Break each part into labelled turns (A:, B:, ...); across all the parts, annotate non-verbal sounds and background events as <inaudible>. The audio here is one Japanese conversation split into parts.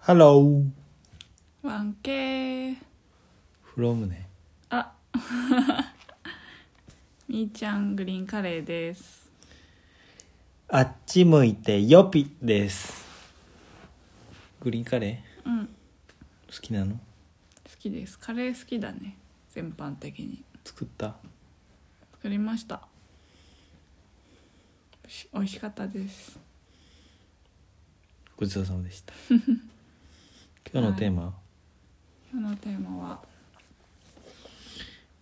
A: Hello
B: ワンケー
A: from ね
B: あみーちゃんグリーンカレーです
A: あっち向いてよぴですグリーンカレー
B: うん好
A: 好きなの
B: きですカレー好きだね全般的に
A: 作った
B: 作りましたし美味しかったです
A: ごちそうさまでした
B: <laughs>
A: 今日のテーマ、
B: 今日のテーマは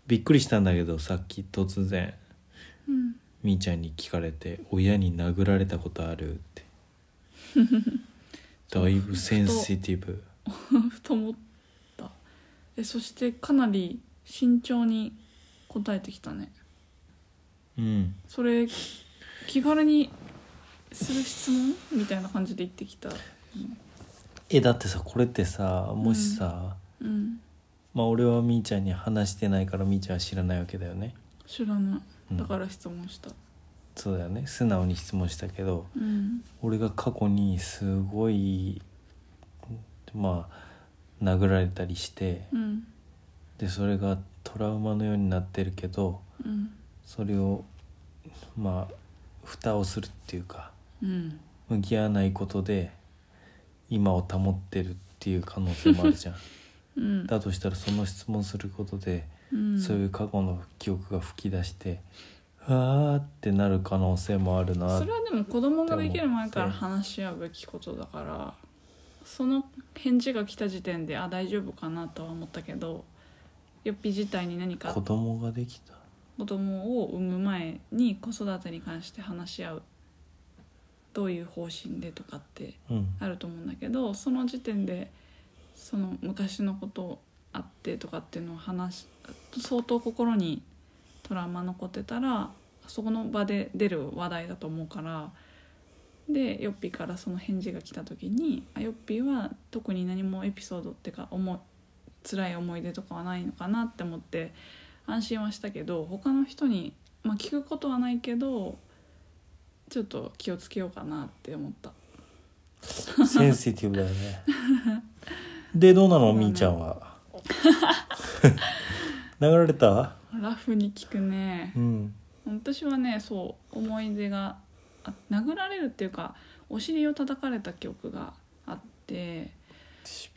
A: びっくりしたんだけどさっき突然
B: うん
A: みーちゃんに聞かれて親に殴られたことあるって
B: <laughs>
A: だいぶセンシティブ
B: ふと思ったえそしてかなり慎重に答えてきたね
A: うん
B: それ気軽にする質問みたいな感じで言ってきたよね
A: えだってさこれってさもしさ、
B: うん
A: まあ俺はみーちゃんに話してないからみーちゃんは知らないわけだよね
B: 知らない
A: うん
B: だから質問した
A: そうだよね素直に質問したけど
B: うん
A: 俺が過去にすごいまあ殴られたりして
B: うん
A: でそれがトラウマのようになってるけど
B: うん
A: それをまあ蓋をするっていうか
B: うん
A: 向き合わないことで今を保ってるっていう可能性もあるじゃん
B: うん
A: だとしたらその質問することで、
B: うん
A: そういう過去の記憶が吹き出してわーってなる可能性もあるな
B: それはでも子供ができる前から話し合うべきことだからその返事が来た時点であ大丈夫かなとは思ったけどよっぴ自体に何か
A: 子供ができた
B: 子供を産む前に子育てに関して話し合うどういう方針でとかって
A: うん
B: あると思うんだけどその時点でその昔のことあってとかっていうのを話し相当心にトラウマ残ってたらそこの場で出る話題だと思うからでヨッピーからその返事が来た時にあヨッピーは特に何もエピソードっていうか思い辛い思い出とかはないのかなって思って安心はしたけど他の人に、まあ、聞くことはないけどちょっと気をつけようかなって思った。
A: センシティブだよね <laughs> でどうなの
B: そうだね
A: みーちゃんは <laughs> 殴られた
B: ラフに聞くね
A: うん
B: 私はねそう思い出があ殴られるっていうかお尻を叩かれた記憶があって
A: シ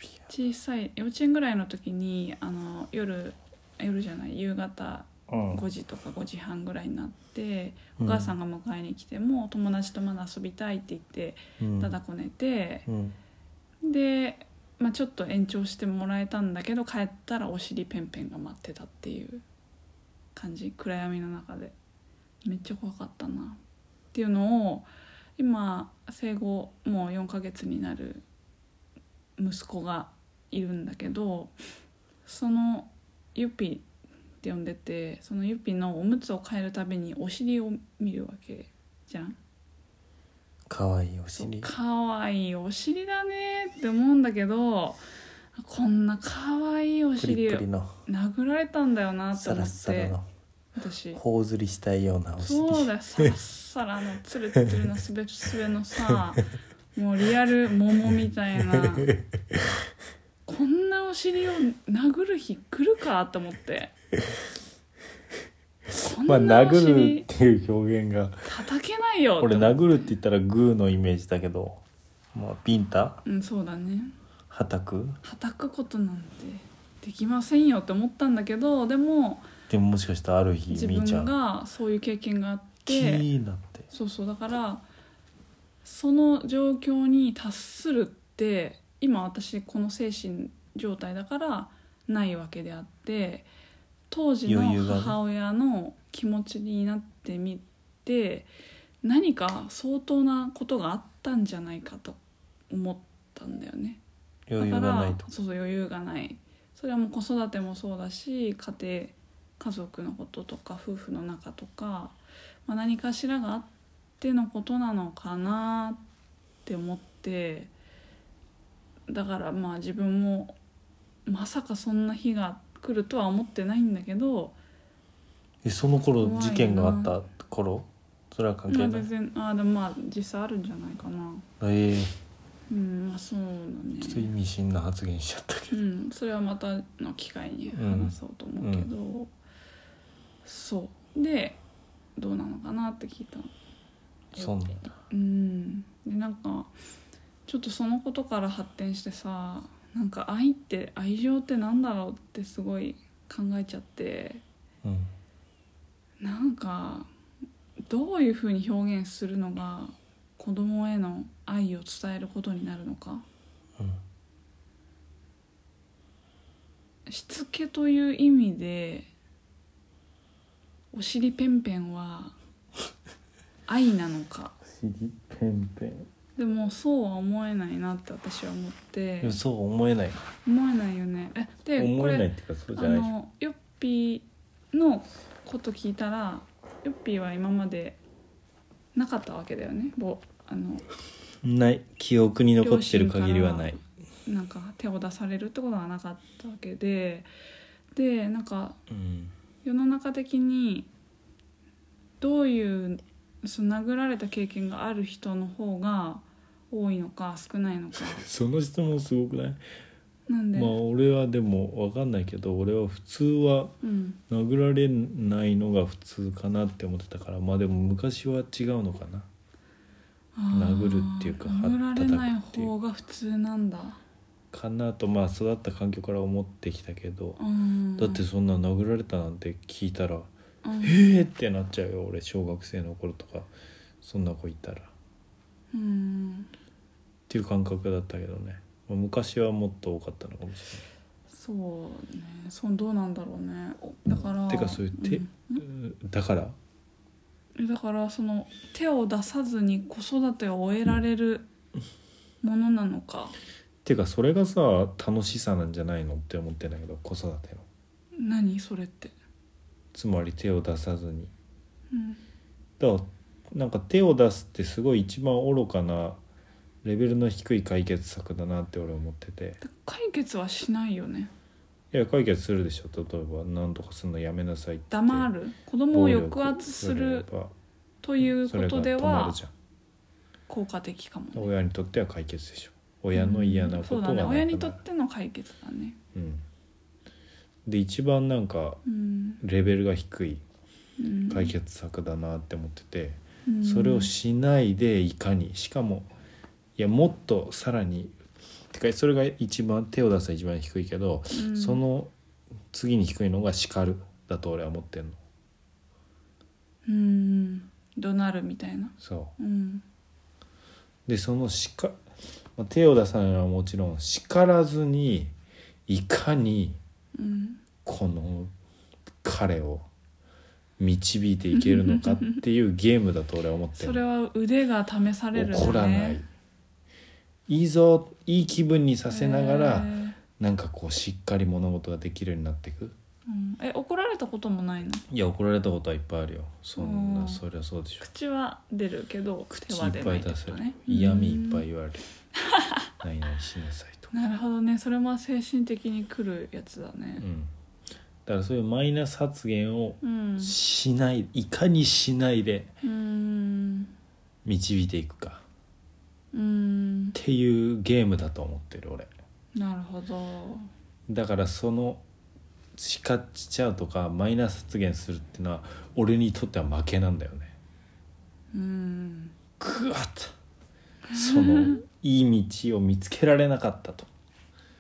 A: ビ
B: 小さい幼稚園ぐらいの時にあの夜夜じゃない夕方
A: アうん
B: 5時とか5時半ぐらいになって
A: う
B: お
A: ん
B: 母さんが迎えに来ても友達とまだ遊びたいって言って
A: うん
B: ただこねて
A: うん
B: で、まあ、ちょっと延長してもらえたんだけど帰ったらお尻ペンペンが待ってたっていう感じ暗闇の中でめっちゃ怖かったなっていうのを今生後もう4ヶ月になる息子がいるんだけどそのユピって呼んでてそのユピのおむつを変えるたびにお尻を見るわけじゃん。
A: かわいいお
B: そう
A: 尻
B: 可愛いお尻だねって思うんだけどこんな可愛いお
A: プリ
B: 尻
A: プリの
B: 殴られたんだよなって
A: サ
B: 思
A: ラッ
B: っ
A: サラ
B: て
A: の
B: 私
A: 頬ずりしたいようなお尻
B: そうだよさらさらのつるつるのすべすべのさもうリアル桃みたいなこんなお尻を殴る日来るかと思ってこ
A: <laughs> まあ
B: んなお
A: 殴るっ
B: 尻
A: ていう表現が
B: 叩けないよって
A: 俺
B: 思って
A: 殴るって言ったらグーのイメージだけどまあビンタ
B: うんそうだね
A: はたく
B: 叩くことなんてできませんよって思ったんだけどでも
A: でももしかしたらある日
B: 自
A: みーちゃ
B: 分
A: ん
B: がそういう経験があっ
A: キ
B: て
A: ーなって
B: そうそうだからその状況に達するって今私この精神状態だからないわけであって当時の
A: 余裕がね
B: 母親の気持ちになってみて何か相当なことがあったんじゃないかと思ったんだよね。
A: 余裕がない
B: だか
A: と
B: らそうそう余裕がないそれはもう子育てもそうだし家庭家族のこととか夫婦の中とか、まあ、何かしらがあってのことなのかなって思ってだからまあ自分もまさかそんな日が来るとは思ってないんだけど、
A: えその頃
B: 怖いな
A: 事件があった頃それは関
B: ま
A: 係
B: あ、
A: ない
B: 全然あでもまあ実際あるんじゃないかな、
A: ええ
B: うん、あそうだね
A: ちょっと意味深な発言しちゃったけど
B: うん、それはまたの機会に話そうと思うけど、そうでどうなのかなって聞いたの
A: そうなんだ
B: うんでなんかちょっとそのことから発展してさなんか愛って愛情ってなんだろうってすごい考えちゃって
A: うん
B: なんかどういうふうに表現するのが子供への愛を伝えることになるのか
A: うん
B: しつけという意味でお尻ペンペンは愛なのか
A: 不思議ペンペン
B: でもそうは思えないなって私は思って
A: いやそうは思えない
B: 思えないよねえでこ
A: 思えないっ
B: れ
A: ていうかそう
B: あ
A: じゃないでしょ
B: のヨッピーのこと聞いたらヨッピーは今までなかったわけだよねぼあの
A: ない記憶に残ってる限りはない
B: なんか手を出されるってことはなかったわけででなんか
A: うん
B: 世の中的にどういうその殴られた経験がある人の方が多いのか少ないのか
A: その質問すごくない
B: なんで、
A: まあ俺はでも分かんないけど俺は普通は
B: うん
A: 殴られないのが普通かなって思ってたからまあでも昔は違うのかな
B: あー
A: 殴るっていうか
B: 殴られない
A: 叩くっていう
B: 方が普通なんだ
A: かなとまあ育った環境から思ってきたけど
B: うん
A: だってそんな殴られたなんて聞いたら
B: う
A: 「
B: ん
A: えっ!」ってなっちゃうよ俺小学生の頃とかそんな子いたらっ
B: うん
A: ていう感覚だったけどねまあ昔はもっと多かったのかもし
B: そうねそうどうなんだろうねおだから
A: てかそういう手
B: ん
A: れないうんだから
B: えだからその手を出さずに子育てを終えられるものなのか、
A: てかそれがさ楽しさなんじゃないのって思ってんだけど子育ての
B: 何それって、
A: つまり手を出さずに
B: うん、
A: だからなんか手を出すってすごい一番愚かなレベルの低い解決策だなって俺は思ってて
B: だ解決はしないよね
A: いや解決するでしょ例えば何とかするのやめなさいって
B: 黙る子供を
A: 暴力
B: 抑圧する
A: それば
B: という
A: そ
B: こ
A: れが
B: とで
A: 止ま
B: は
A: るじゃん
B: 効果的かもね
A: 親にとっては解決でしょ親の嫌なこと
B: そう
A: が
B: だ
A: なく
B: ね
A: な
B: 親
A: る
B: にとっての解決だね
A: うんで一番なんか
B: うん
A: レベルが低い
B: うん
A: 解決策だなって思ってて、
B: うん
A: それをしないでいかにしかもいやもっとさらにてかそれが一番手を出す一番低いけど、
B: うん
A: その次に低いのが叱るだと俺は思ってんの
B: うん怒鳴るみたいな
A: そ
B: うん
A: うでその叱、まあ、手を出さないのはもちろん叱らずにいかに
B: うん
A: この彼を導いていけるのかって
B: <laughs>
A: いうゲームだと俺は思ってんの
B: それは腕が試されるね
A: 怒らないいいぞいい気分にさせながら、
B: へー
A: なんかこうしっかり物事ができるようになっていく
B: うんえ怒られたこともないの
A: いや怒られたことはいっぱいあるよそん
B: う
A: なんそりゃそうでしょ
B: 口は出るけど
A: 口
B: 手
A: い
B: は
A: っ
B: 出
A: ぱ
B: ないい
A: 出
B: こ
A: せ
B: と
A: る
B: ね
A: 嫌味いっぱい言われる「ないないしなさい」と
B: うんなるほどねそれも精神的にくるやつだ
A: う
B: ね
A: んだからそういうマイナス発言を
B: うん
A: しないいかにしないで
B: うん
A: 導いていくか
B: うん
A: っていうゲームだと思ってる俺
B: なるほど
A: だからその叱っちゃうとかマイナス発言するってのは俺にとっては負けなんだよね
B: うん
A: ぐわっとそのいい道を見つけられなかったと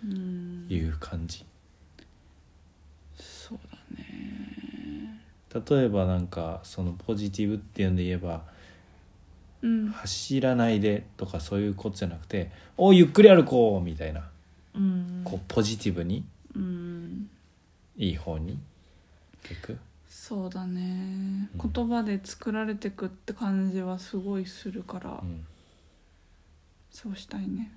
B: うん
A: いう感じ
B: そうだね
A: 例えばなんかそのポジティブっていうんで言えば
B: うん
A: 走らないでとかそういうことじゃなくて「おうゆっくり歩こう」みたいな
B: うん
A: こうポジティブに
B: うん
A: いい方にいく
B: そうだね
A: うん
B: 言葉で作られてくって感じはすごいするから
A: うん
B: そうしたいね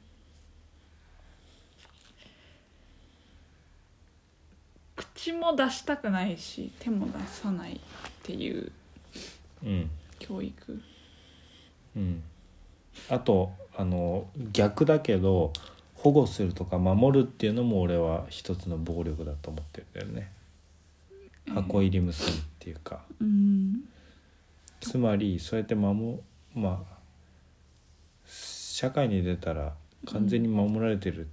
B: 口も出したくないし手も出さないっていう
A: うん
B: 教育
A: うんあとあの逆だけど保護するとか守るっていうのも俺は一つの暴力だと思ってるんだよね箱入り結びっていうか、
B: うん
A: つまりそうやって守まあ社会に出たら完全に守られてる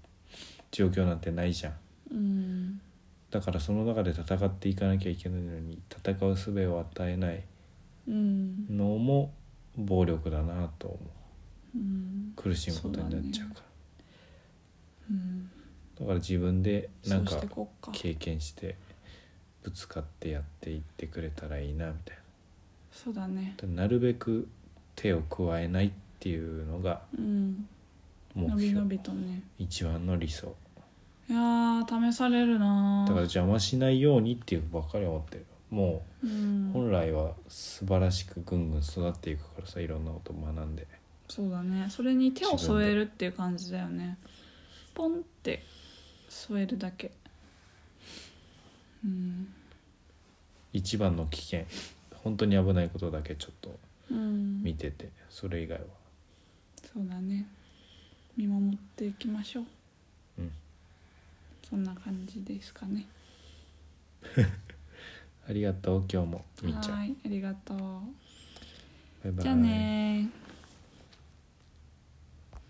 A: 状況なんてないじゃん
B: うん
A: だからその中で戦っていかなきゃいけないのに戦う術を与えない
B: うん
A: のも暴力だなと思う
B: うん
A: 苦しむことになっちゃうからだ
B: うん
A: から自分で
B: そ
A: なん
B: う
A: か
B: してこっか
A: 経験してぶつかってやっていってくれたらいいなみたい
B: そうだね
A: ななるべく手を加えないっていうのが
B: うん
A: 目
B: 伸び伸
A: 標
B: びとね
A: 一番の理想
B: いやー試される
A: だ
B: なー
A: から邪魔しないようにっていうばっかり思ってるも
B: う
A: うん本来は素晴らしくぐんぐん育っていくからさいろんなこと学んで
B: そうだねそれに手を添えるっていう感じだよねポンって添えるだけうん
A: 一番の危険本当に危ないことだけちょっと
B: うん
A: 見ててそれ以外は
B: そうだね見守っていきましょう
A: うん
B: そんな感じですかね
A: ありがとう今日もみーちゃん
B: はーいありがとう
A: バイバイ
B: じゃあねー